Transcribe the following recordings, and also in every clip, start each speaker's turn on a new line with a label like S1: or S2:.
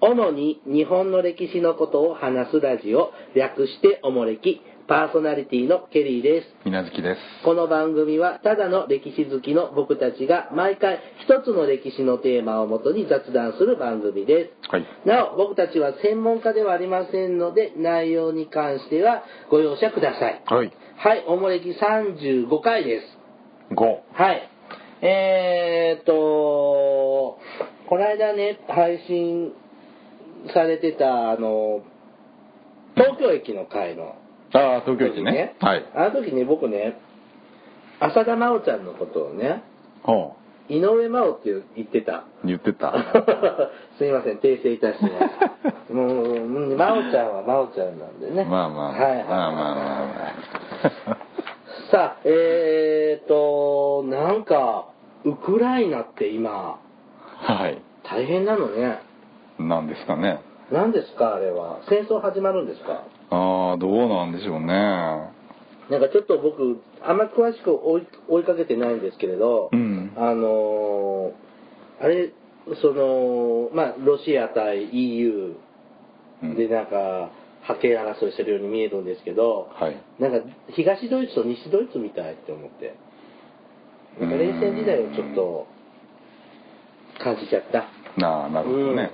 S1: 主に日本の歴史のことを話すラジオ、略しておもれき、パーソナリティのケリーです。
S2: みなずきです。
S1: この番組はただの歴史好きの僕たちが毎回一つの歴史のテーマをもとに雑談する番組です。
S2: はい。
S1: なお、僕たちは専門家ではありませんので、内容に関してはご容赦ください。
S2: はい。
S1: はい、おもれき35回です。
S2: 五。
S1: はい。えーっと、この間ね、配信されてた、あの、東京駅の回の、
S2: ああ、東京駅ね。はい。
S1: あの時ね、僕ね、浅田真央ちゃんのことをね、
S2: ほ
S1: 井上真央って言ってた。
S2: う。言って た。
S1: すいません、訂正いたし ます。もう、うん真央ちゃんは真央ちゃんなんでね。
S2: まあまあ。
S1: はいはい。
S2: まあまあまあまあ。
S1: さあ、えーっと、なんか、ウクライナって今、
S2: はい。
S1: 大変なのね。
S2: なんですかね。
S1: 何ですか、あれは。戦争始まるんですか
S2: ああ、どうなんでしょうね。
S1: なんかちょっと僕、あんま詳しく追い追いかけてないんですけれど、
S2: うん
S1: あのーあれ、その、まあ、ロシア対 EU
S2: うん
S1: でなんか、覇権争いしてるように見えるんですけど、
S2: はい。
S1: なんか東ドイツと西ドイツみたいって思って、
S2: う
S1: 冷
S2: ん
S1: 戦時代をちょっと感じちゃった。
S2: なあ、なるほどね。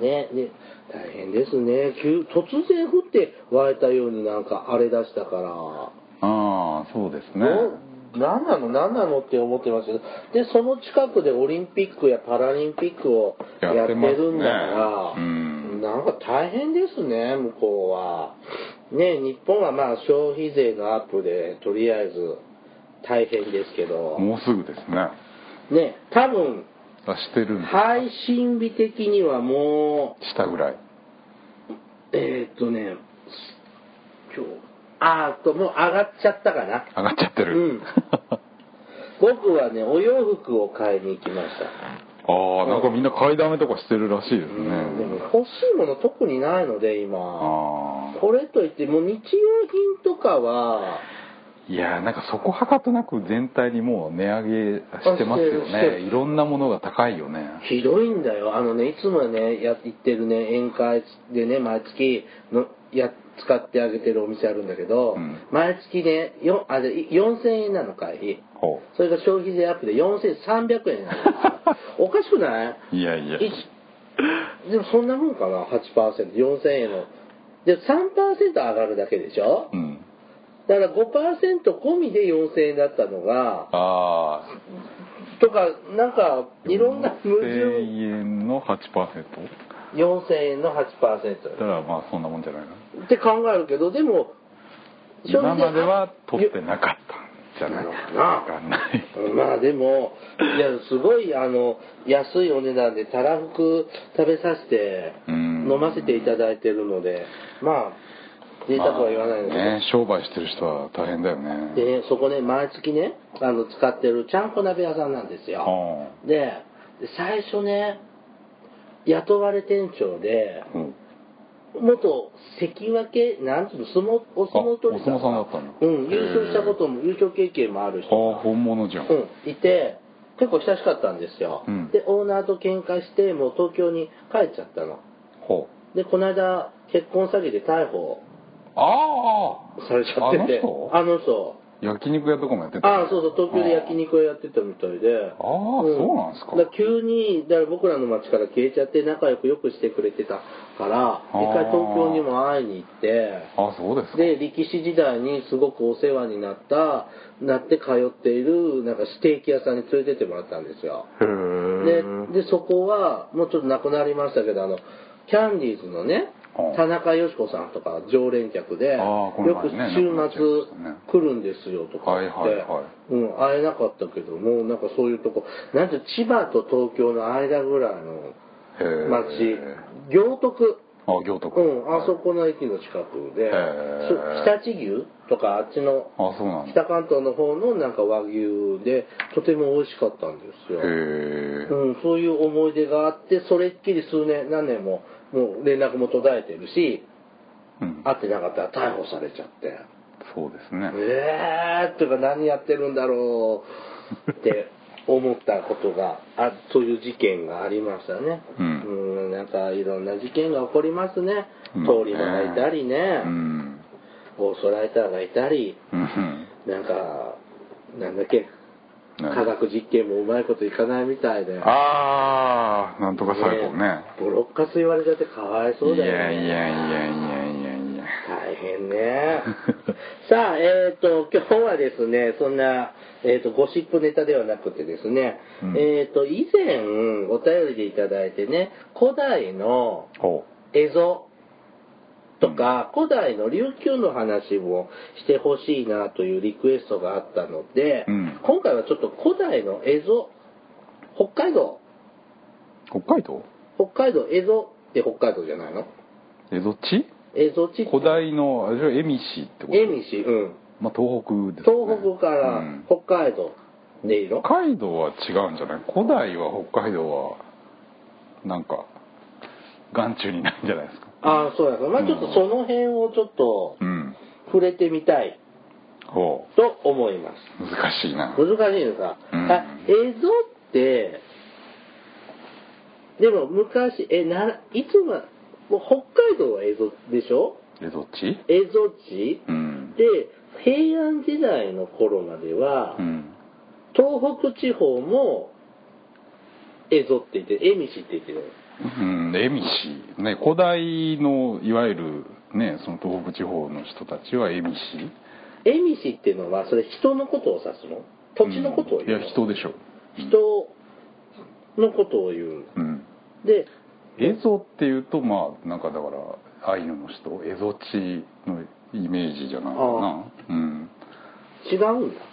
S1: ね、ね、大変ですね。急突然降って湧いたようになんか荒れ出したから。
S2: ああ、そうですね。
S1: どう何なの何なのって思ってますけどでその近くでオリンピックやパラリンピックを
S2: や
S1: やっ
S2: っててますね
S1: るんだから、
S2: うん
S1: なんか大変ですね向こうはね日本はまあ消費税のアップでとりあえず大変ですけど
S2: もうすぐですね。
S1: ね多分
S2: あしてるんです
S1: 配信日的にはも
S2: したぐらい。
S1: うえーっとね今日あーっともう上がっちゃったかな
S2: 上がっちゃってる。
S1: うん僕はねお洋服を買いに行きました
S2: ああ、なんかみんな買いだめとかしてるらしいですね。
S1: でも欲しいもの特にないので今
S2: ああ。
S1: これといってもう日用品とかはい
S2: やーなんかそこはかとなく全体にもう値上げしてますよ
S1: あしてるして
S2: ね
S1: る
S2: いろんなものが高いよね
S1: ひどいんだよあのねいつもねや言ってるね宴会でね毎月のや使ってあげてるお店あるんだけど、
S2: うん
S1: 毎月ねよあで4000円なのかい
S2: ほ
S1: それが消費税アップで4300円にな るおかしくないう
S2: いやいや
S1: いでもそんなもんかな 8%4000 円ので3%上がるだけでしょ
S2: うん
S1: だから5%込みで4000円だったのが、
S2: ああ
S1: とか、なんか、いろんな矛
S2: 1000
S1: 盾、
S2: 円の8%
S1: 4000円の8%
S2: だからまあそんなもんじゃないな
S1: って考えるけど、でも、
S2: 今までは取って
S1: い
S2: なかったんじゃない
S1: なのかな
S2: わかんない
S1: やまあでも、いや、すごい、あの、安いお値段でたらふく食べさせて、
S2: うん
S1: 飲ませていただいてるので、まあ、贅沢は言わないんですけ
S2: ま
S1: ど、
S2: あね商売してる人は大変だよね
S1: でね、そこね、毎月ね、あの、使ってるちゃんこ鍋屋さんなんですよ。
S2: あ
S1: で最初ね雇われ店長で
S2: あうん
S1: 元関脇なんつうの相撲お相撲取り
S2: あお相撲さんだったの
S1: うん優勝したことも優勝経験もある
S2: あ
S1: 人
S2: あ本物じゃん、
S1: うんいて結構親しかったんですよ、
S2: うん
S1: でオーナーと喧嘩してもう東京に帰っちゃったの
S2: ほう
S1: でこの間結婚詐欺で逮捕
S2: ああ
S1: されちゃってて
S2: あの人
S1: あの人
S2: 焼肉屋とかもやってた
S1: ああそうそう東京で焼肉をやってたみたいで
S2: あーそうなんすか
S1: だら急にだから僕らの町から消えちゃって仲良くよくしてくれてたから
S2: ー
S1: 一回東京にも会いに行って
S2: あそうですか
S1: で力士時代にすごくお世話になったなって通っているなんかステーキ屋さんに連れてってもらったんですよ
S2: へー
S1: ででそこはもうちょっとなくなりましたけどあのキャンディーズのね
S2: ああ
S1: 田中よし子さんとか常連客で、
S2: ああ
S1: よく
S2: この前ね
S1: 週
S2: 亡くなっちゃいましたね
S1: 末来るんですよとか言って、
S2: はいはいは
S1: うん、会えなかったけどもなんかそういうとこなんて千葉と東京の間ぐらいの
S2: へー
S1: 町行徳
S2: あ行徳
S1: うん、あそこの駅の近くで、
S2: へー
S1: そ常陸牛とかあっちの
S2: あそうなんだ
S1: 北関東の方のなんか和牛でとても美味しかったんですよ
S2: へえ
S1: うん、そういう思い出があってそれっきり数年何年ももう連絡も途絶えてるし
S2: うん
S1: 会ってなかったら逮捕されちゃって
S2: そうですね
S1: えーっていうか何やってるんだろうって思ったことがあそういう事件がありましたね
S2: うん
S1: んなんかいろんな事件が起こりますね。
S2: うん
S1: 通り魔がいたりね、
S2: うん
S1: オーソライターがいたり、
S2: うん
S1: なんか、なんだっけ、
S2: ね
S1: 科学実験もうまいこといかないみたいで。
S2: ああなんとか最後ね
S1: ボロッカス言われちゃってかわいそう
S2: い
S1: だ
S2: や
S1: よね。
S2: いやいやいやいやいや
S1: 大変ね。 さあ、えっ、と、今日はですね、そんな、えっ、と、ゴシップネタではなくてですね、
S2: うん
S1: えっ、と、以前、お便りでいただいてね、古代の
S2: ほ
S1: 蝦夷とか、古代の琉球の話をしてほしいなというリクエストがあったので、
S2: うん
S1: 今回はちょっと古代の蝦夷、北海道、
S2: う北海道
S1: 北海道、蝦夷って北海道じゃないの
S2: えどっち
S1: 蝦夷地って
S2: 古代のあれえみしってこと
S1: えみし、うん。
S2: まあ東北ですね
S1: 東北から
S2: うん
S1: 北海道でいいの、
S2: 北海道は違うんじゃない古代は北海道はなんか眼中にないんじゃないですか
S1: ああ、そうやな。まあ
S2: うん
S1: ちょっとその辺をちょっと
S2: うん
S1: 触れてみたい
S2: ほ
S1: と思います。
S2: う難しいな
S1: 難しいのさ。
S2: うん
S1: あ、映像って、でも昔、え、なら、いつも、もう北海道は映像でしょ
S2: えどっち
S1: 映像地
S2: うん
S1: で、平安時代の頃までは、
S2: うん
S1: 東北地方も映像って言って、えみしって言ってる。
S2: うん、恵比寿ね古代のいわゆるねその東北地方の人たちは恵比寿
S1: えみしっていうのはそれ人のことを指すの土地のことを言う
S2: い
S1: の、
S2: や人でしょ
S1: 人のことを言う
S2: うん
S1: で
S2: 映像っていうとまあなんかだからアイヌの人エゾ地のイメージじゃないかなうん
S1: 違うんだ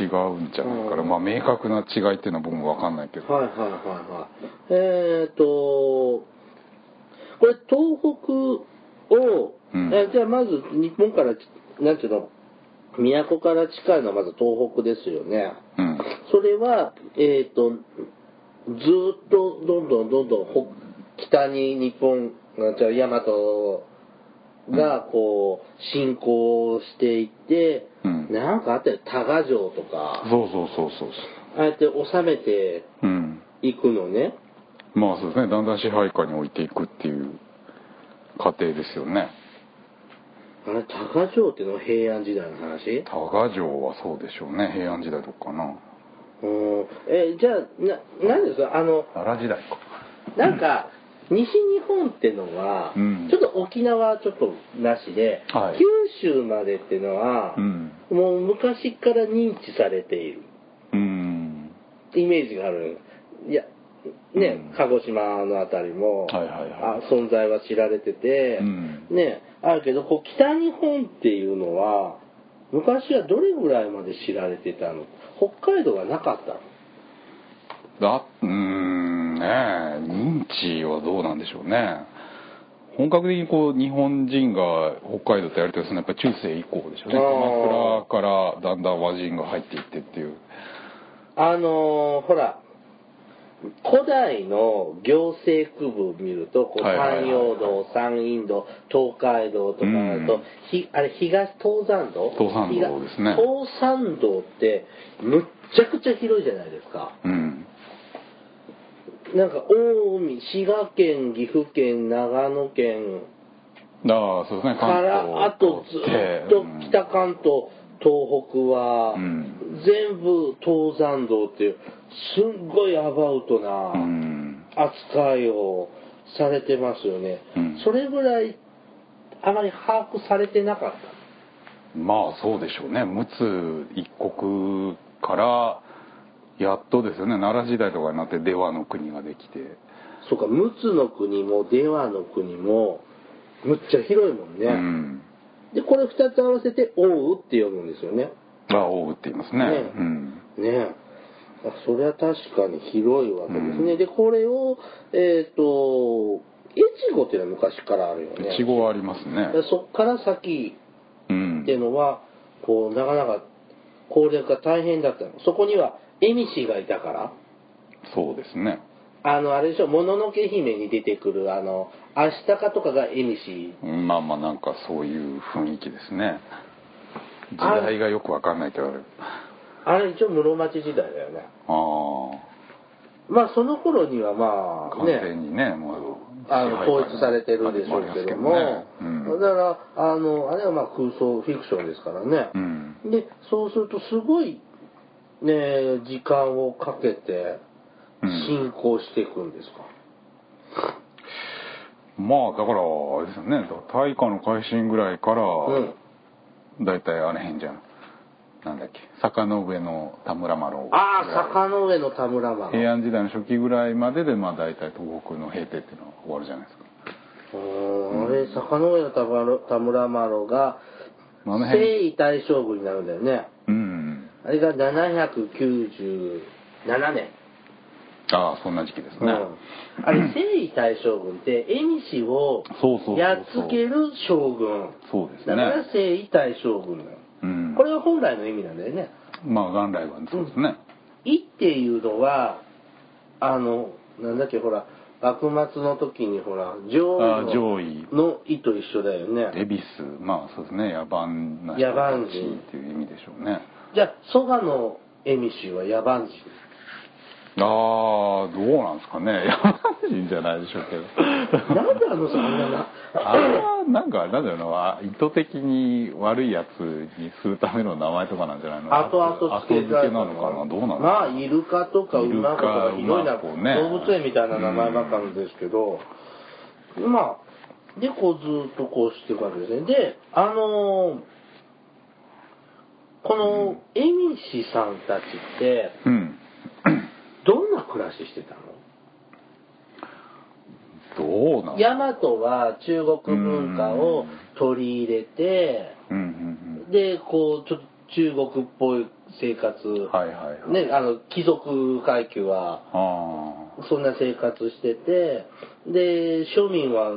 S2: 違うんじゃないから、
S1: うん
S2: まあ明確な違いっていうのは僕も分かんないけど、
S1: はいはいはいはいえっ、ー、とこれ東北を、
S2: うん
S1: えじゃあまず日本からなんていうの都から近いのはまず東北ですよね
S2: うん
S1: それはえっ、とずーっとどんどんどんどん北北に日本がじゃあ大和がこう進行していって、
S2: うん
S1: なんかあったよ多賀城とか
S2: そうそうそうそう
S1: ああやって収めて
S2: そううん
S1: いくのね
S2: まあそうですねだんだん支配下に置いていくっていう過程ですよね
S1: あれ多賀城っていうのは平安時代の話
S2: 多賀城はそうでしょうね平安時代とかかな
S1: うんえじゃあななんですかあの
S2: 奈良時代か
S1: なんか西日本ってのは、
S2: うん
S1: ちょっと沖縄はちょっとなしで、
S2: はい
S1: 九州までっていうのは
S2: う、ん
S1: もう昔から認知されている
S2: うん
S1: イメージがあるいやね、
S2: うん
S1: 鹿児島のあたりも、
S2: はいはいはい
S1: あ存在は知られてて、
S2: うん
S1: ねあるけどこう北日本っていうのは昔はどれぐらいまで知られてたの北海道がなかったの
S2: だうーんねえ認知はどうなんでしょうね本格的にこう日本人が北海道とやりたいするのはやっぱり中世以降でしょうね
S1: あ
S2: 鎌倉からだんだん和人が入っていってっていう
S1: あのーほら古代の行政区分見るとこう
S2: はいはいはい
S1: 山陽道山陰道東海道とかあると、
S2: うん
S1: ひあれ東東山道
S2: 東山道ですね
S1: 東東山道ってむっちゃくちゃ広いじゃないですか
S2: うん
S1: なんか近江滋賀県岐阜県長野県
S2: だからそうですね
S1: か
S2: 関
S1: らあ
S2: 東
S1: とずっと
S2: うん
S1: 北関東東北は、
S2: うん
S1: 全部東山道っていうすんごいアバウトな
S2: うん
S1: 扱いをされてますよね、
S2: うん
S1: それぐらいあまり把握されてなかっ
S2: まあそうでしょうね陸奥一国からやっとですよね奈良時代とかになって出羽の国ができて
S1: たそうか陸奥の国も出羽の国もむっちゃ広いもんね、
S2: うん
S1: でこれ2つ合わせて「おう」って読むんですよね
S2: が大打っていますね
S1: ね
S2: うん
S1: ねえあそれは確かに広いわけですね、
S2: うん
S1: でこれをえっ、と越後っていうのは昔からあるよね
S2: いちごはありますね
S1: でそっから先
S2: うん
S1: っていうのはこうなかなか攻略が大変だったのそこにはエミシがいたから
S2: そうですね
S1: あのあれでしょ「もののけ姫」に出てくるあのアシタカとかがエミシ
S2: まあまあなんかそういう雰囲気ですね時
S1: あ
S2: 代がよくわかんないって言われるあ
S1: あれ一応室町時代だよね
S2: あ
S1: まあその頃にはまあ
S2: 完
S1: ね
S2: 全にねもう
S1: あ
S2: は
S1: の
S2: いはい
S1: 統一されてるんでしょうけども、
S2: ありますけどねうん
S1: だからあのあれはまあ空想フィクションですからね
S2: う、ん
S1: でそうするとすごい、ね、時間をかけて
S2: うん
S1: 進行していくんですか、
S2: まあだからあれですよねだから大化の改新ぐらいから
S1: うん
S2: 大体あれへんじゃんなんだっけ坂の上の田村麻呂
S1: ああ坂の上の田村マン
S2: 平安時代の初期ぐらいまででまあ大体東北の平定っていうのは終わるじゃないですか
S1: あれ坂の上の田村田村麻呂が
S2: まああの辺
S1: 征夷大将軍になるんだよね
S2: うん
S1: あれが797年、
S2: ああそんな時期です
S1: う
S2: ね、
S1: ん、あれ征夷大将軍って蝦夷を
S2: そうそうそうそう
S1: やっつける将軍
S2: そうです
S1: だから
S2: ね、
S1: 征夷大将軍なの
S2: うん、
S1: これが本来の意味なんだよね
S2: まあ元来はそうですね、
S1: いっていうのはあのなんだっけほら幕末の時にほら
S2: あ
S1: 上
S2: ー
S1: 位
S2: 上位
S1: の意と一緒だよ
S2: デ
S1: ね
S2: ビスまあそうですね野蛮な
S1: 野蛮人
S2: っていう意味でしょうね
S1: じゃあ蘇我の蝦夷は野蛮人
S2: ああどうなんですかね 野蛮人じゃないでしょうけど
S1: なんであのそんなな
S2: あれはなんかあれなんだよな意図的に悪いやつにするための名前とかなんじゃないの
S1: 後々
S2: 後
S1: 付け
S2: 付け
S1: 加えた
S2: なのかなどうなの
S1: まあイルカとか
S2: イルカ
S1: 馬とかひどいな、
S2: 馬子ね
S1: 動物園みたいな名前ばっかなんですけど、まあでこうずっとこうしていくわけですねであのーこのエミシさんたちって
S2: うん
S1: どんな暮らししてたの
S2: どうなの
S1: ヤマトは中国文化を取り入れて
S2: うんうん
S1: でこうちょっと中国っぽい生活、
S2: うんはいはいはい、
S1: ねあの貴族階級は
S2: ああ
S1: そんな生活してて、で、庶民は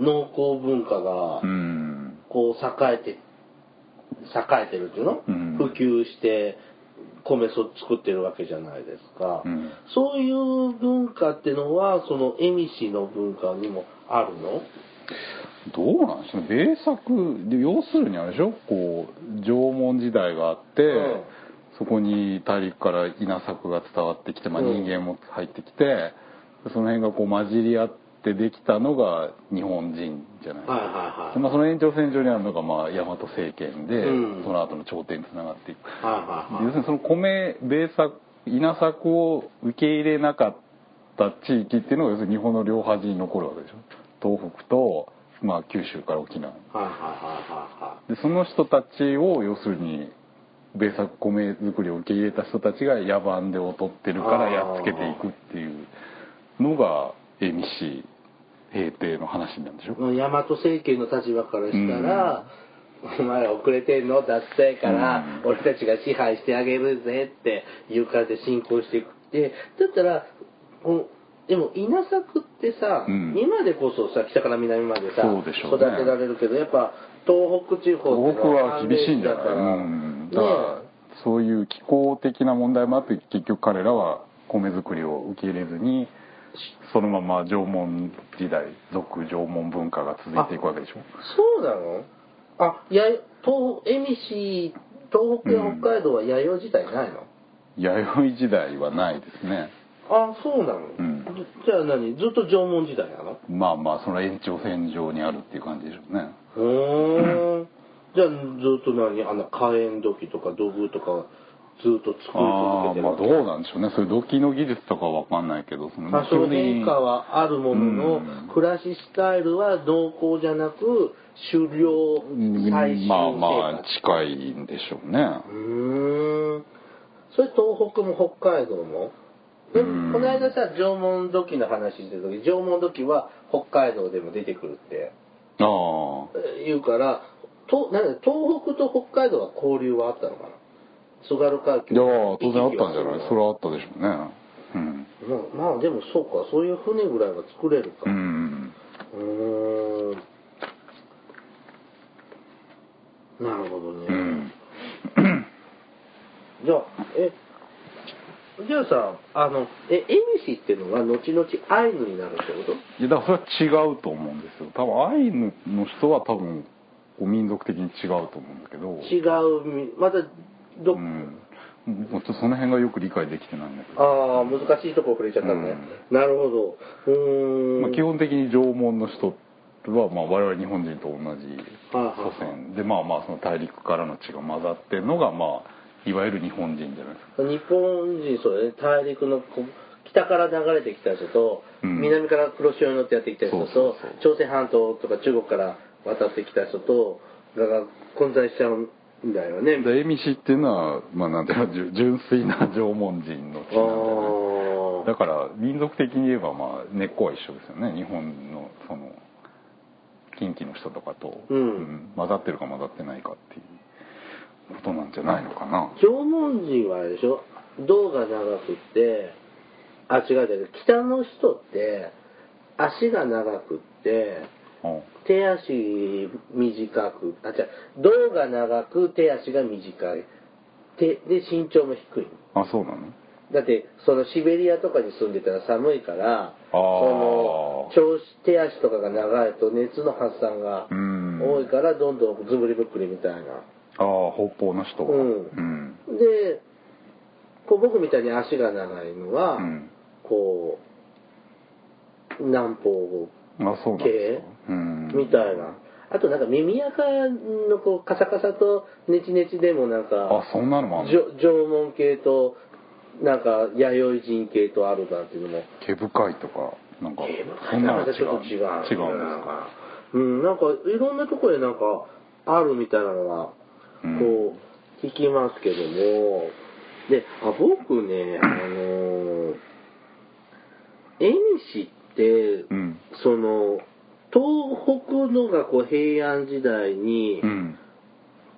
S1: 農耕文化が
S2: う、ん
S1: こう、栄えて、栄えてるっていうの、
S2: うん
S1: 普及して、米そ作ってるわけじゃないですか。
S2: うん
S1: そういう文化ってのは、その、エミシの文化にもあるの
S2: どうなんでしょうね米作で要するにあれでしょこう縄文時代があって、
S1: うん
S2: そこに大陸から稲作が伝わってきて、まあ、
S1: うん
S2: 人間も入ってきて、その辺がこう混じり合ってできたのが日本人じゃない、
S1: はいはいはい。
S2: まあ、その延長線上にあるのが、まあ、大和政権で、
S1: うん
S2: その後の朝廷につながっていく、
S1: はいはい
S2: 要
S1: はい。
S2: するにその米米作稲作を受け入れなかった地域っていうのが要するに日本の両端に残るわけでしょ東北と、まあ、九州から沖縄
S1: はいはいはいは
S2: でその人たちを要するに米作米作りを受け入れた人たちが野蛮で劣ってるからやっつけていくっていうのが蝦夷平定の話なんでしょ
S1: いはい。大和政権の立場からしたら、お前ら遅れてんの脱税から
S2: うん
S1: 俺たちが支配してあげるぜっていう感じで進行していくってだったらこうでも稲作ってさ、
S2: うん
S1: 今でこそさ北から南までさ
S2: そうでしょうね
S1: 育てられるけどやっぱ東北地方って
S2: 東
S1: の
S2: 北は厳しいんじゃな
S1: 寒冷地だか
S2: い
S1: ら、
S2: うん、だからそういう気候的な問題もあって結局彼らは米作りを受け入れずにそのまま縄文時代俗縄文文化が続いていくわけでしょ
S1: そうなのあや東恵美市東北や北海道は弥生時代ないの、
S2: 弥生時代はないですね
S1: あそうなの、
S2: ん
S1: じゃあ何ずっと縄文時代なの
S2: まあまあその延長線上にあるっていう感じでしょうね
S1: うーんじゃあずっと何あの火炎土器とか土偶とかずっと作り続
S2: ああ
S1: けてる
S2: ーまあ
S1: わけ
S2: どうなんでしょうねそういう土器の技術とかは分かんないけどその
S1: 多少変化はあるものの、
S2: うん
S1: 暮らしスタイルは濃厚じゃなく狩猟
S2: うん
S1: 採集生活、
S2: まあまあ近いんでしょう
S1: う
S2: ね、
S1: ーんそれ東北も北海道もで
S2: うん
S1: この間さ縄文土器の話してた時縄文土器は北海道でも出てくるって
S2: ああ
S1: えー言うからとなんだ東北と北海道は交流はあったのかな津軽海峡
S2: いやー当然あったんじゃないそ
S1: れ
S2: れはあったでしょうねうん
S1: まあ、まあでもそうかそういう船ぐらいは作れるか
S2: う
S1: うんーんなるほどね、
S2: うん
S1: じゃあえじゃあさあのえエミシっていうのは後々アイヌになるってこと
S2: いやだからそれは違うと思うんですよ多分アイヌの人は多分こう民族的に違うと思うんだけど
S1: 違うみまたど、
S2: うんもうちょっとその辺がよく理解できてないんだけど、
S1: ああ難しいとこ触れちゃったのね、なるほどうーん、
S2: まあ、基本的に縄文の人はまあ我々日本人と同じ
S1: はいはい
S2: 祖先でまあまあその大陸からの血が混ざってるのがまあいわゆる日本人じゃないですか
S1: 日本人そうだね大陸のこ北から流れてきた人と、
S2: うん
S1: 南から黒潮に乗ってやってきた人と
S2: そうそう
S1: 朝鮮半島とか中国から渡ってきた人とがが混在しちゃうんだよね
S2: でエミシっていうのはまあなんていうの純純粋な縄文人の血なん
S1: あ
S2: だよ
S1: ー
S2: ねだから民族的に言えばまあ根っこは一緒ですよね日本のその近畿の人とかと、
S1: うん
S2: 混ざってるか混ざってないかっていうことなんじゃないのかな
S1: 縄文人はあれでしょ胴が長くってあ違う違う北の人って足が長くって
S2: あ
S1: 手足短くあ違う胴が長く手足が短い手で身長も低い
S2: あそうなの
S1: だってそのシベリアとかに住んでたら寒いから
S2: あー
S1: その調子手足とかが長いと熱の発散が
S2: うん
S1: 多いからどんどんズブリブックリみたいな
S2: ああ北方の人は
S1: うん
S2: うん
S1: でこう僕みたいに足が長いのは、
S2: うん
S1: こう南方
S2: あそうなんですかうん
S1: みたいな、あとなんか耳垢のこうカサカサとネチネチでもなん
S2: あ
S1: か
S2: そんなのもあん
S1: じ
S2: の
S1: ょ縄文系となんか弥生人系とあるなんていうのも
S2: 毛深いとかなんか
S1: えーまあ
S2: そんなの
S1: また
S2: 違
S1: ちょ
S2: う
S1: っと違うよな
S2: 違うんですか
S1: うんなんかいろんなところでなんかあるみたいなのは
S2: うん
S1: こう聞きますけども、であ僕ねあのー絵西って、
S2: うん
S1: その東北のがこう平安時代に
S2: うん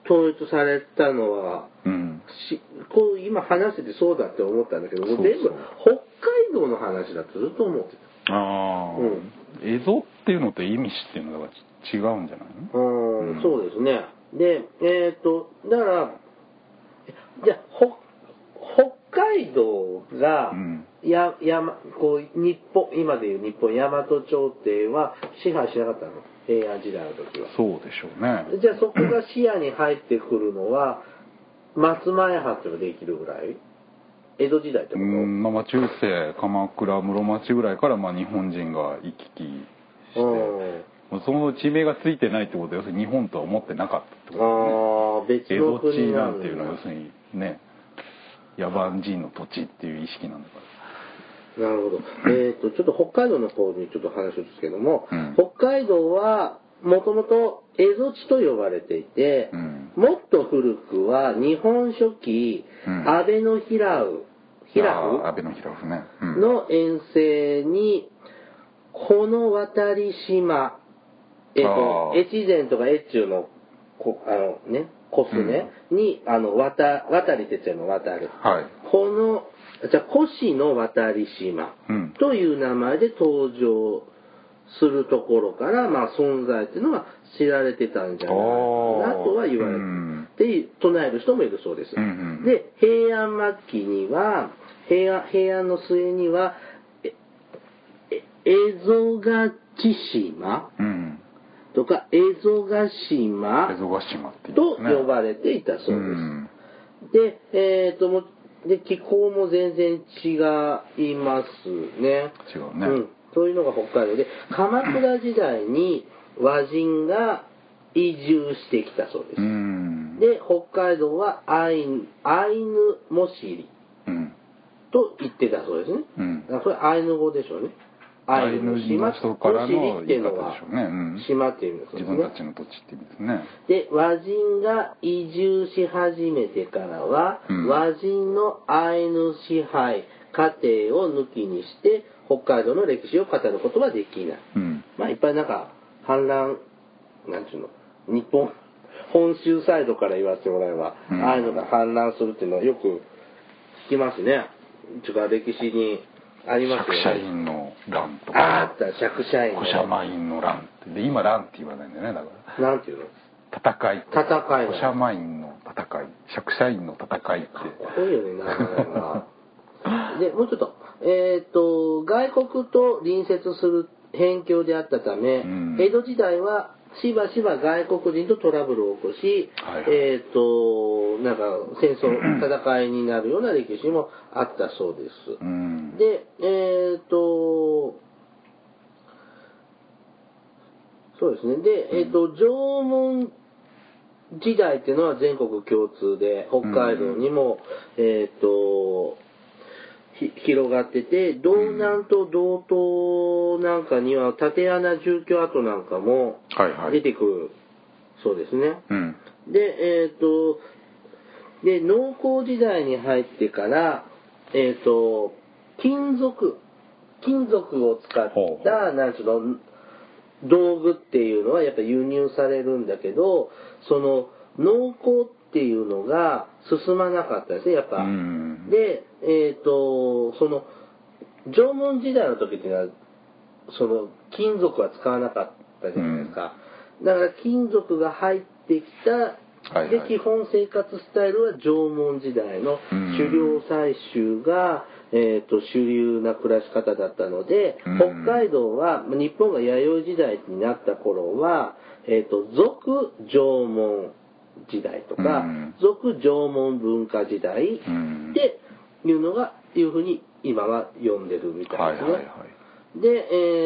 S1: 統一されたのは、
S2: うん
S1: しこう今話しててそうだって思ったんだけども
S2: そうそう
S1: 全部北海道の話だとずっと思ってた。
S2: ああ、
S1: うん
S2: エゾっていうのと意味っていうのがち違うんじゃないの
S1: うん
S2: うん
S1: そうですね。で、えっ、と、だから、じゃあほ北海道が、
S2: うん
S1: や山こう日本今でいう日本大和朝廷は支配しなかったの平安時代の時は
S2: そうでしょうね
S1: じゃあそこが視野に入ってくるのは松前藩ができるぐらい江戸時代ってこ
S2: うんまあまあ中世鎌倉室町ぐらいからまあ日本人が行き来して、
S1: とうん
S2: まあその地名がついてないってことは要するに日本とは思ってなかったってことですね
S1: ああ別
S2: 江
S1: の
S2: 戸
S1: 国
S2: 地
S1: な
S2: なんんていうのは要するにね野蛮人の土地っていう意識なんだか
S1: なるほど。えっ、と、ちょっと北海道の方にちょっと話をですけども、
S2: うん
S1: 北海道はもともと蝦夷地と呼ばれていて、
S2: うん
S1: もっと古くは日本書紀、
S2: うん
S1: 安倍の平夫、
S2: らあ
S1: 平
S2: 安倍の平夫ね、う
S1: 夫
S2: ん、
S1: の遠征に、この渡り島、えっ、
S2: あ
S1: と、
S2: ー
S1: 越前とか越中の、こあのね、コスね、に、あの、渡、渡り哲也の渡る。
S2: はい
S1: この、じゃあ、越の渡り島
S2: うん
S1: という名前で登場するところから、まあ、存在っていうのは知られてたんじゃないかなとは言われ
S2: あーうん
S1: てる、で、唱える人もいるそうです。
S2: うんうん
S1: で、平安末期には、平安平安の末には、ええ蝦夷ヶ地島
S2: うん
S1: とか、蝦夷ヶ島
S2: 蝦夷ヶ島っていう
S1: と
S2: ね
S1: 呼ばれていたそうです。
S2: うん
S1: で、えー、ともで気候も全然違いますね。
S2: 違うね
S1: うん、そういうのが北海道で鎌倉時代に和人が移住してきたそうです。
S2: うん
S1: で北海道はアイヌアイヌモシリ
S2: うん
S1: と言ってたそうですね。
S2: うん
S1: だからそれアイヌ語でしょうね。
S2: アイヌ人の人からの
S1: モシリってい
S2: 言いう
S1: の
S2: 方
S1: は
S2: でしょうね、うん、
S1: 島っていうんですよ
S2: 自
S1: ね。
S2: 分たちの土地って意味ですね
S1: で和人が移住し始めてからは、
S2: うん
S1: 和人のアイヌ支配過程を抜きにして北海道の歴史を語ることはできない、
S2: うん
S1: まあいっぱいなんか反乱なんちゅうの日本本州サイドから言わせてもらえば、
S2: うん
S1: アイヌが反乱するっていうのはよく聞きますねちょっと歴史にあります
S2: 釈
S1: よ
S2: 迦
S1: ね
S2: 院の乱と
S1: ああ
S2: か
S1: った釈迦院の
S2: 古社魔院の乱ってで今乱って言わないんだよねだから
S1: なんていうの
S2: 戦い
S1: 戦い
S2: 古社魔院の戦い釈迦院の戦いって
S1: かっこいいよね、名前 が。で、もうちょっと、えっ、と、外国と隣接する辺境であったため、
S2: うん
S1: 江戸時代はしばしば外国人とトラブルを起こし、
S2: はいはい
S1: えっ、と、なんか戦 争、戦いになるような歴史もあったそうです。
S2: うん
S1: で、えっ、と、そうですね。で、えっ、と、縄文時代っていうのは全国共通で、北海道にも、えっ、と、ひ広がってて、道南と道東なんかには、縦穴住居跡なんかも
S2: はいは
S1: 出
S2: い
S1: てくるそうですね。
S2: うん
S1: で、えっ、と、で、農耕時代に入ってから、えっ、と、金属、金属を使った、
S2: ほうほう
S1: なんちゅうの、道具っていうのはやっぱ輸入されるんだけど、その、農耕っていうのが進まなかったですね、やっぱ。
S2: うん
S1: で、えっ、と、その、縄文時代の時っていうのは、その、金属は使わなかったじゃないですか。だから金属が入ってきた、
S2: はいはい
S1: で、基本生活スタイルは縄文時代の
S2: うん
S1: 狩猟採集が、えっ、と、主流な暮らし方だったので、
S2: うん
S1: 北海道は、まあ日本が弥生時代になった頃は、えっ、と、俗縄文時代とか、
S2: うん
S1: 俗縄文文化時代、
S2: うん
S1: っていうのが、いうふうに今は読んでるみた
S2: はいい
S1: で
S2: は
S1: すね。
S2: いはい
S1: で、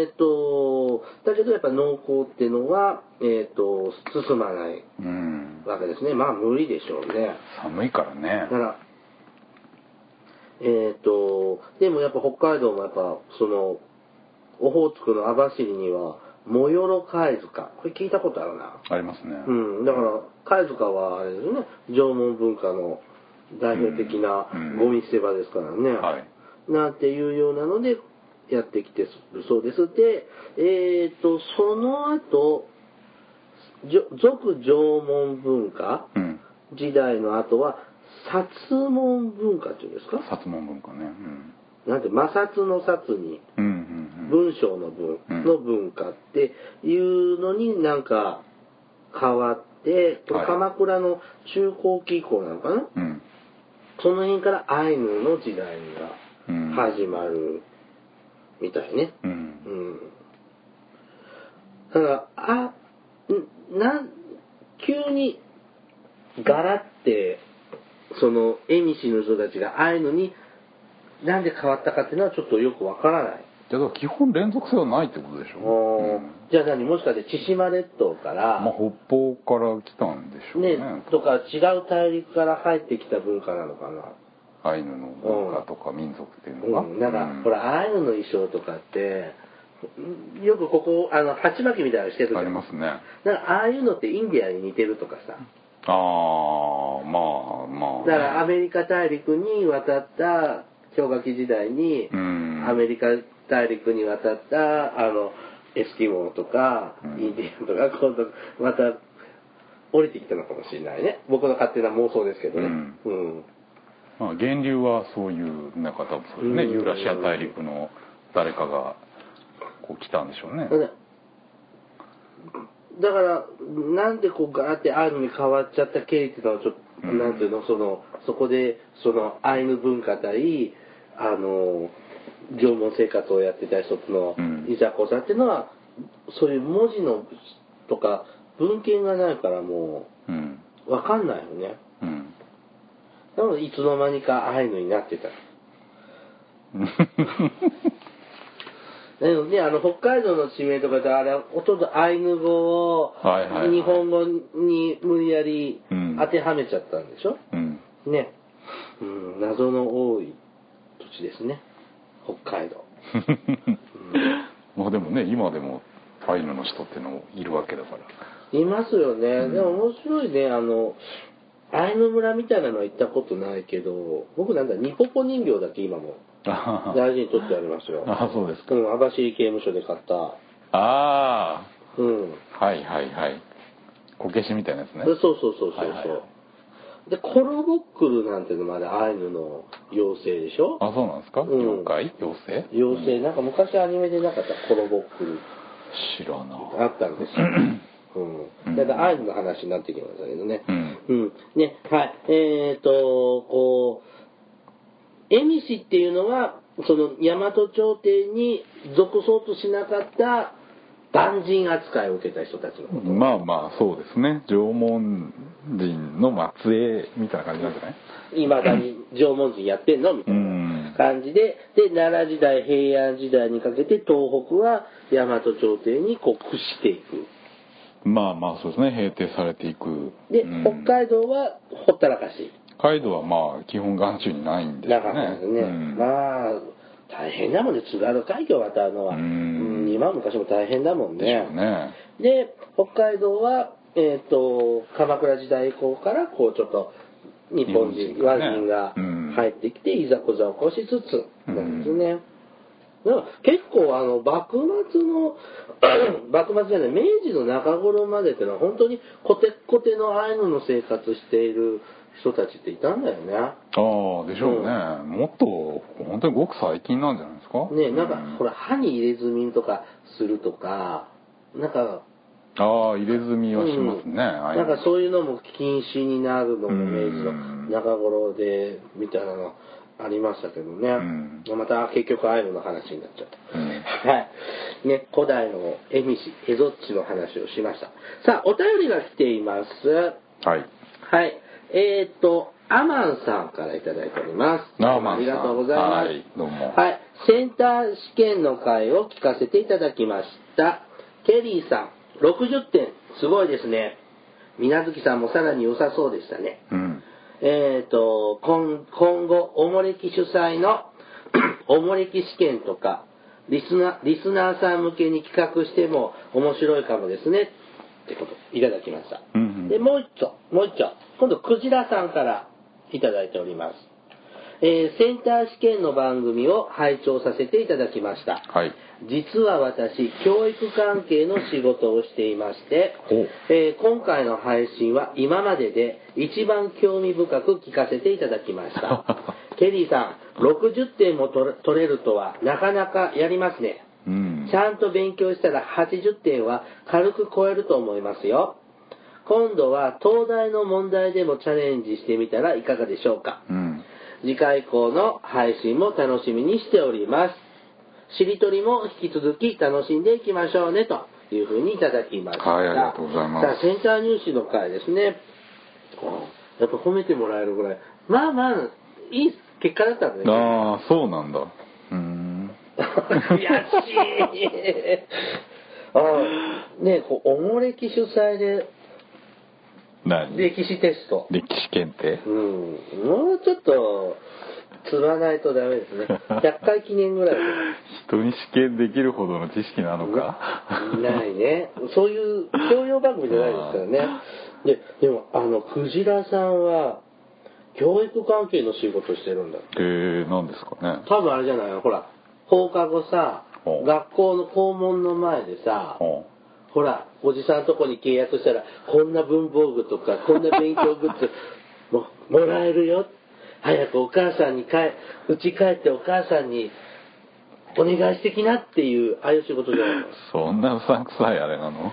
S1: えっ、と、だけどやっぱ農耕っていうのは、えっ、と、進まない
S2: うん
S1: わけですね。まあ無理でしょうね。
S2: 寒いからね
S1: だから、えっ、と、でもやっぱ北海道もやっぱ、その、オホーツクの網走には、モヨロ貝塚。これ聞いたことあるな。
S2: ありますね
S1: うん、だから貝塚はあれですね縄文文化の代表的な
S2: うん
S1: ゴミ捨て場ですからね、
S2: はい
S1: なんていうようなのでやってきてるそうですでえっ、とその後じょ俗縄文文化
S2: うん
S1: 時代の後は薩文文化っていうんですか
S2: 薩摩文化ねうん
S1: なんて摩擦の薩に
S2: うんうん
S1: 文章の文
S2: うん
S1: の文化っていうのになんか変わって、これ
S2: はい
S1: 鎌倉の中後期以降なのかな、
S2: うんうん
S1: その辺からアイヌの時代
S2: うん
S1: が始まるみたいね。
S2: う
S1: うんん。だから、あ、んなん、急にガラって、その、エミシの人たちがアイヌになんで変わったかっていうのはちょっとよくわからない。
S2: じゃあ基本連続性はないってことでしょ、
S1: おー
S2: うん
S1: じゃあ何もしかして千島列島から、
S2: まあ、北方から来たんでしょうね
S1: ねとか違う大陸から入ってきた文化なのかな、
S2: アイヌの文化とか民族っていうのが、
S1: うん、なんか、
S2: うん
S1: ほらアイヌの衣装とかってうんよくここあの鉢巻きみたいなのしてるじゃん
S2: ありますね
S1: なんかああいうのってインディアンに似てるとかさ
S2: ああまあまあ
S1: だからアメリカ大陸に渡った氷河期時代に、
S2: うん
S1: アメリカ大陸に渡ったあのエスキモーとか、
S2: うん
S1: インディアンとか今度また降りてきたのかもしれないね僕の勝手な妄想ですけどね
S2: うん
S1: うん
S2: まあ、源流はそういうなんか多分そういうね
S1: うん
S2: ユーラシア大陸の誰かがこう来たんでしょうね
S1: だからだからなんでこうガーってアイヌに変わっちゃった経緯っていうのはちょっと、
S2: うん
S1: なんていうのそのそこでそのアイヌ文化対あの縄文生活をやってた人との
S2: うん
S1: いざこざっていうのは、そういう文字のとか文献がないからも
S2: うん
S1: うわかんないよね
S2: うん
S1: なのでいつの間にかアイヌになってたでもね、あの北海道の地名とかであれほとんどアイヌ語を
S2: はいはいはい
S1: 日本語に無理やり
S2: うん
S1: 当てはめちゃったんでしょ、
S2: うん
S1: ね、うん、謎の多い土地ですね北海道
S2: まあでもね今でもアイヌの人っていうのもいるわけだから
S1: いますよね、
S2: うん
S1: でも面白いねあのアイヌ村みたいなのは行ったことないけど僕なんかニポポ人形だけ今も
S2: あ
S1: 大事に取ってありますよ
S2: あそうですか
S1: うん網走刑務所で買った
S2: あ
S1: うん
S2: あはいはいはいこけしみたいなやつね
S1: そうそうそうそうそう、
S2: はいはいはい
S1: でコロボックルなんてのまだアイヌの妖精でしょ
S2: あそうなんですか、
S1: うん
S2: 妖怪妖精
S1: 妖精、
S2: うん
S1: なんか昔アニメでなかったコロボックル
S2: 知らな
S1: あったんですよ、う、
S2: うんん
S1: だからアイヌの話になってきましたけどね
S2: うん
S1: うんねはいえっ、とこう恵美氏っていうのはその大和朝廷に属そうとしなかった万人扱いを受けた人たちのこと、
S2: まあまあそうですね縄文人の末裔みたいな感じなんじゃない
S1: いまだに縄文人やってんのみたいな感じで、で、奈良時代、平安時代にかけて東北は大和朝廷にこう屈していく。
S2: まあまあそうですね平定されていく
S1: で、
S2: うん
S1: 北海道はほったらかし。
S2: 北海道はまあ基本眼中にないんです
S1: だ
S2: よ
S1: か
S2: ね
S1: らですね、
S2: うん
S1: まあ、大変だもんね、津軽海峡渡るのは。
S2: う
S1: うんん、今は昔も大変だもん
S2: でしょうね
S1: で北海道は、えー、と鎌倉時代以降からこうちょっと日本人
S2: 日本人が
S1: 和
S2: ね
S1: 人が
S2: うん
S1: 入ってきていざこざを起こしつつなんですね、だから結構あの幕末の 幕末じゃない明治の中頃までっていうのは本当にコテッコテのアイヌの生活している人たちっていたんだよね
S2: ああでしょうね、もっと本当にごく最近なんじゃないですか
S1: ねなんか、
S2: う
S1: ほら歯に入れ墨とかするとかなんか
S2: ああ入れ墨はしますね、ああい
S1: な
S2: うん
S1: かそういうのも禁止になるのも明治の中頃でみたいなのありましたけどね、
S2: ん
S1: また結局アイヌの話になっちゃった、
S2: うん
S1: はいね古代のエミシエゾッチの話をしましたさあお便りが来ています
S2: はい
S1: はいえー、っとアマンさんからいただいております
S2: アマンさん
S1: ありがとうございます、
S2: はいどうも
S1: はい、センター試験の回を聞かせていただきました。ケリーさん、60点、すごいですね。水月さんもさらに良さそうでしたね。
S2: うん
S1: えっ、と、今今後、おもれき主催の おもれき試験とか、リスナー、リスナーさん向けに企画しても面白いかもですね。ってこと、いただきました。
S2: うんうん
S1: で、もう一丁、もう一丁。今度、クジラさんからいただいております。えーセンター試験の番組を拝聴させていただきました。
S2: はい
S1: 実は私、教育関係の仕事をしていまして
S2: ほう、
S1: えー今回の配信は今までで一番興味深く聞かせていただきま した。ケリーさん、60点も取れ取れるとはなかなかやりますね。
S2: うん
S1: ちゃんと勉強したら80点は軽く超えると思いますよ。今度は東大の問題でもチャレンジしてみたらいかがでしょうか。
S2: うん
S1: 次回以降の配信も楽しみにしております。しりとりも引き続き楽しんでいきましょうねというふうにいただきました。
S2: はいありがとうございます
S1: さあ、センター入試の回ですね。やっぱ褒めてもらえるぐらい。まあまあ、いい結果だったんでね。
S2: ああそうなんだうん
S1: 悔しい。あねこう、おもれき主催で
S2: 何歴
S1: 歴史テスト。
S2: 史検定
S1: うん、もうちょっと積まないとダメですね100回記念ぐらい
S2: 人に試験できるほどの知識なのか
S1: ないねそういう教養番組じゃないですからねででもあのクジラさんは教育関係の仕事してるんだ
S2: えー、なんですかね
S1: 多分あれじゃないのほら放課後さ
S2: お
S1: 学校の校門の前でさ
S2: ほ
S1: ほらおじさんとこに契約したらこんな文房具とかこんな勉強グッズ ももらえるよ早くお母さんに帰うち帰ってお母さんにお願いしてきなっていうああいう仕事じゃないの
S2: うそんなうさんくさいあれなの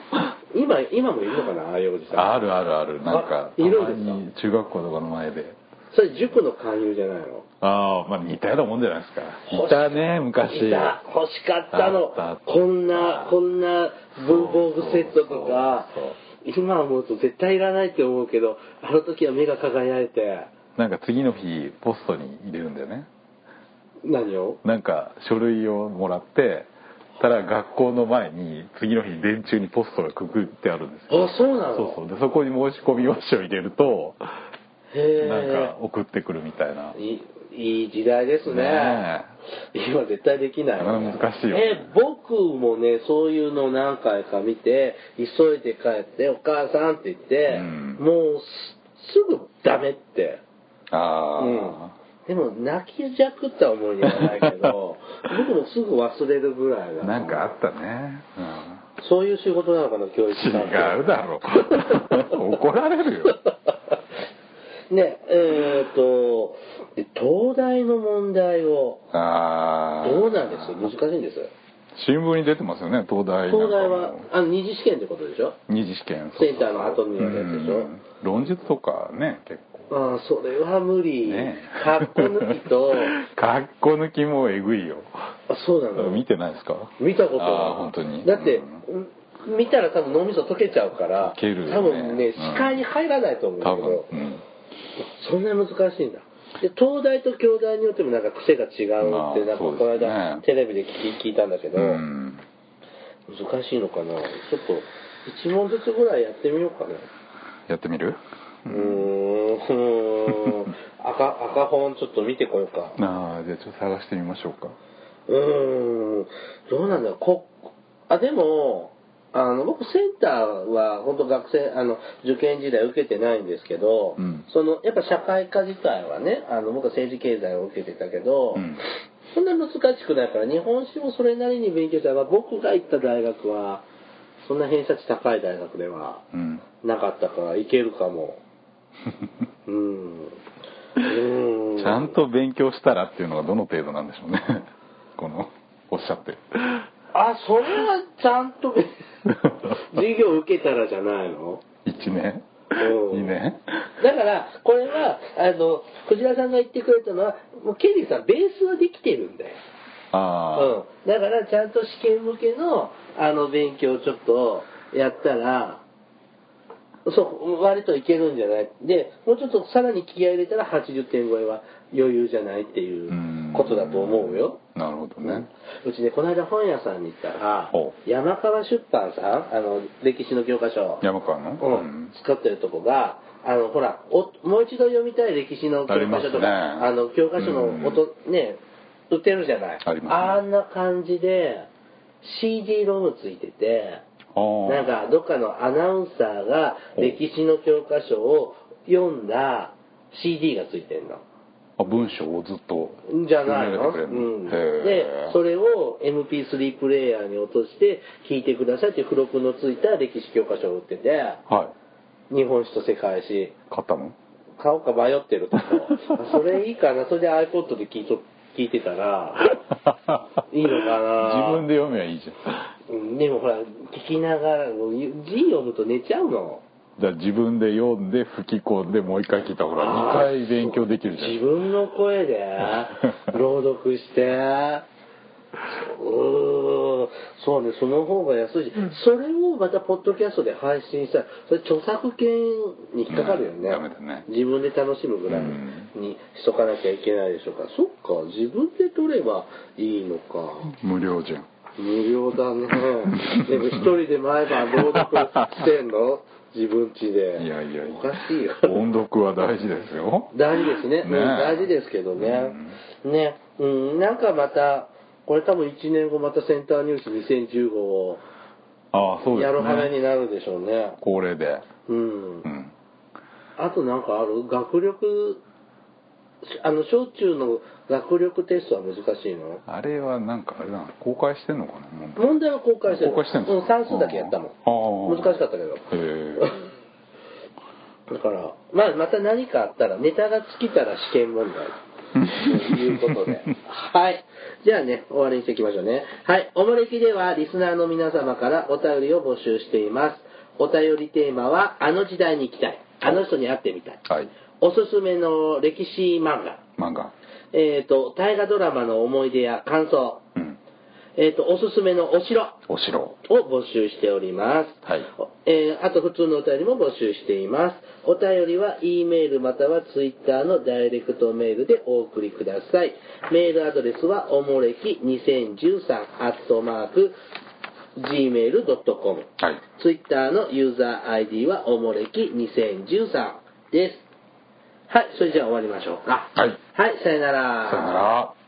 S1: 今今もいるのかなああいうおじさん
S2: あるあるあるなんか
S1: あいるん
S2: た
S1: で
S2: ま
S1: すか
S2: に中学校とかの前で
S1: それ塾の勧誘じゃないの
S2: ああまあ似たようなもんじゃないですか
S1: 欲し
S2: いたね昔
S1: いた欲しかったの
S2: あった
S1: こんなこんな文房具セットとか
S2: そうそう
S1: 今思うと絶対いらないって思うけどあの時は目が輝いて
S2: なんか次の日ポストに入れるんだよね
S1: 何を
S2: なんか書類をもらってたら学校の前に次の日電柱にポストがくくってあるんですよ
S1: あそうなの
S2: そうそうでそこに申し込み用紙を入れると
S1: へえ
S2: なんか送ってくるみたいない
S1: いい時代ですね
S2: ね
S1: 今絶対できない
S2: なかなか難しいよね
S1: え僕もねそういうの何回か見て急いで帰って「お母さん」って言って、
S2: うん
S1: もうすすぐダメって
S2: ああ、
S1: でも泣きじゃくった思いにはないけ ど僕もすぐ忘れるぐらいだ
S2: なんかあったね、うん
S1: そういう仕事なのかな教育
S2: 違うだ ろ怒られるよ
S1: ねえーっとで東大の問題を
S2: ああ
S1: どうなんです難しいんです
S2: 新聞に出てますよね東大なんかも
S1: 東大はあの二次試験ってことでしょ
S2: 二次試験
S1: センターの後にやるやつでしょ
S2: うん論述とかね結構
S1: ああそれは無理、
S2: ね
S1: かっこ抜きと
S2: かっこ抜きもえぐいよ
S1: あそうなの
S2: 見てないですか
S1: 見たこと
S2: あー
S1: は
S2: 本当に
S1: だって
S2: う、
S1: ん見たら多分脳みそ溶けちゃうから
S2: 溶けるよね
S1: 多分
S2: う
S1: ね
S2: ん
S1: 視界に入らないと思うんだ
S2: 多
S1: け
S2: 分
S1: ど、、
S2: うん、
S1: そんなに難しいんだで東大と京大によってもなんか癖が違うってなんか
S2: まあ
S1: こ
S2: そうですね
S1: の間、テレビで聞き聞いたんだけど、
S2: うん
S1: 難しいのかなちょっと1問ずつぐらいやってみようかな
S2: やってみる
S1: うーん 赤赤本ちょっと見てこようか
S2: ああじゃあちょっと探してみましょうか
S1: うーんどうなんだろうこあでもあの僕センターは本当学生あの受験時代受けてないんですけど、
S2: うん
S1: そのやっぱ社会科自体はねあの僕は政治経済を受けてたけど、
S2: うん
S1: そんな難しくないから日本史もそれなりに勉強したら僕が行った大学はそんな偏差値高い大学では
S2: うん
S1: なかったからいけるかもうんうー
S2: ちゃんと勉強したらっていうのがどの程度なんでしょうね このおっしゃってる
S1: あそれはちゃん と授業受けたらじゃないの
S2: 1年
S1: うん
S2: 2年
S1: だからこれはあの藤原さんが言ってくれたのはもうケリーさんベースはできてるんだよ、
S2: あ
S1: うん、だからちゃんと試験向けのあの勉強をちょっとやったらそう割といけるんじゃないでもうちょっとさらに気合い入れたら80点超えは余裕じゃないってい
S2: あ
S1: うことだと思うよ、
S2: なるほどね
S1: うちねこの間本屋さんに行ったら
S2: ほ
S1: 山川出版さんあの歴史の教科書
S2: 山川の
S1: う
S2: うんん、
S1: 使ってるとこがあのほらおもう一度読みたい歴史の教
S2: あり
S1: 科
S2: ま
S1: 書
S2: すね
S1: とかあ,、の教科書の音、ね売ってるじゃない
S2: ありますね
S1: んな感じで CD ロムついてて
S2: あー
S1: なんかどっかのアナウンサーが歴史の教科書を読んだ CD がついてるの。
S2: あ文章をずっと
S1: じゃないの、
S2: 読み上げてくれる
S1: うん、
S2: へー
S1: でそれを MP3 プレイヤーに落として聞いてくださいっていう付録のついた歴史教科書を売ってて
S2: は
S1: 日本史と世界史
S2: い買ったの
S1: 買おうか迷ってると こそれいいかなそれで iPod で聞いと聞いてたら いいのかな
S2: 自分で読めばいいじゃん
S1: うんでもほら聞きながら字読むと寝ちゃうの
S2: じゃあ自分で読んで吹き込んでもう一回聞いたほら2回勉強できるじゃん
S1: 自分の声 で朗読してうーんそうねその方が安いし、それをまたポッドキャストで配信したらそれ著作権に引っかかるよね,、
S2: うんダメだね
S1: 自分で楽しむぐらいにしとかなきゃいけないでしょうから、そっか自分で取ればいいのか
S2: 無料じゃん
S1: 無料だ ねでも一人で毎晩朗読してんの自分家で
S2: いやいやいや
S1: おかしいよ
S2: 音読は大事ですよ
S1: 大事ですねうん
S2: ねえ
S1: 大事ですけどね、ねうんなんかまたこれ多分1年後またセンターニュース2015を
S2: ああそうで
S1: やる羽
S2: す
S1: 目
S2: ね
S1: になるでしょうね
S2: 恒例で
S1: うん
S2: うん
S1: あとなんかある学力あの小中の学力テストは難しいの
S2: あれはなんかあれだな公開してんのかな問題
S1: 問題は公開してる
S2: 公開してんです
S1: う
S2: か
S1: ん算数だけやったもん
S2: あー
S1: 難しかったけど
S2: へえ
S1: だから、まあ、また何かあったら、ネタが尽きたら試験問題。ということで。 はい。じゃあね、終わりにしていきましょうね。はい。おもれきでは、リスナーの皆様からお便りを募集しています。お便りテーマは、あの時代に行きたい。あの人に会ってみたい。
S2: はい
S1: おすすめの歴史漫画。
S2: 漫画
S1: えっ、と、大河ドラマの思い出や感想。
S2: うん
S1: えっ、と、おすすめのお城。
S2: お城
S1: を募集しております。
S2: はい
S1: えーあと普通のお便りも募集しています。お便りは E メールまたは Twitter のダイレクトメールでお送りください。メールアドレスはおもれき2013アットマーク gmail.com
S2: はい
S1: ツイッターのユーザー ID はおもれき2013です。はい、それじゃあ終わりましょうか。
S2: はい
S1: はい、さよなら。
S2: さよなら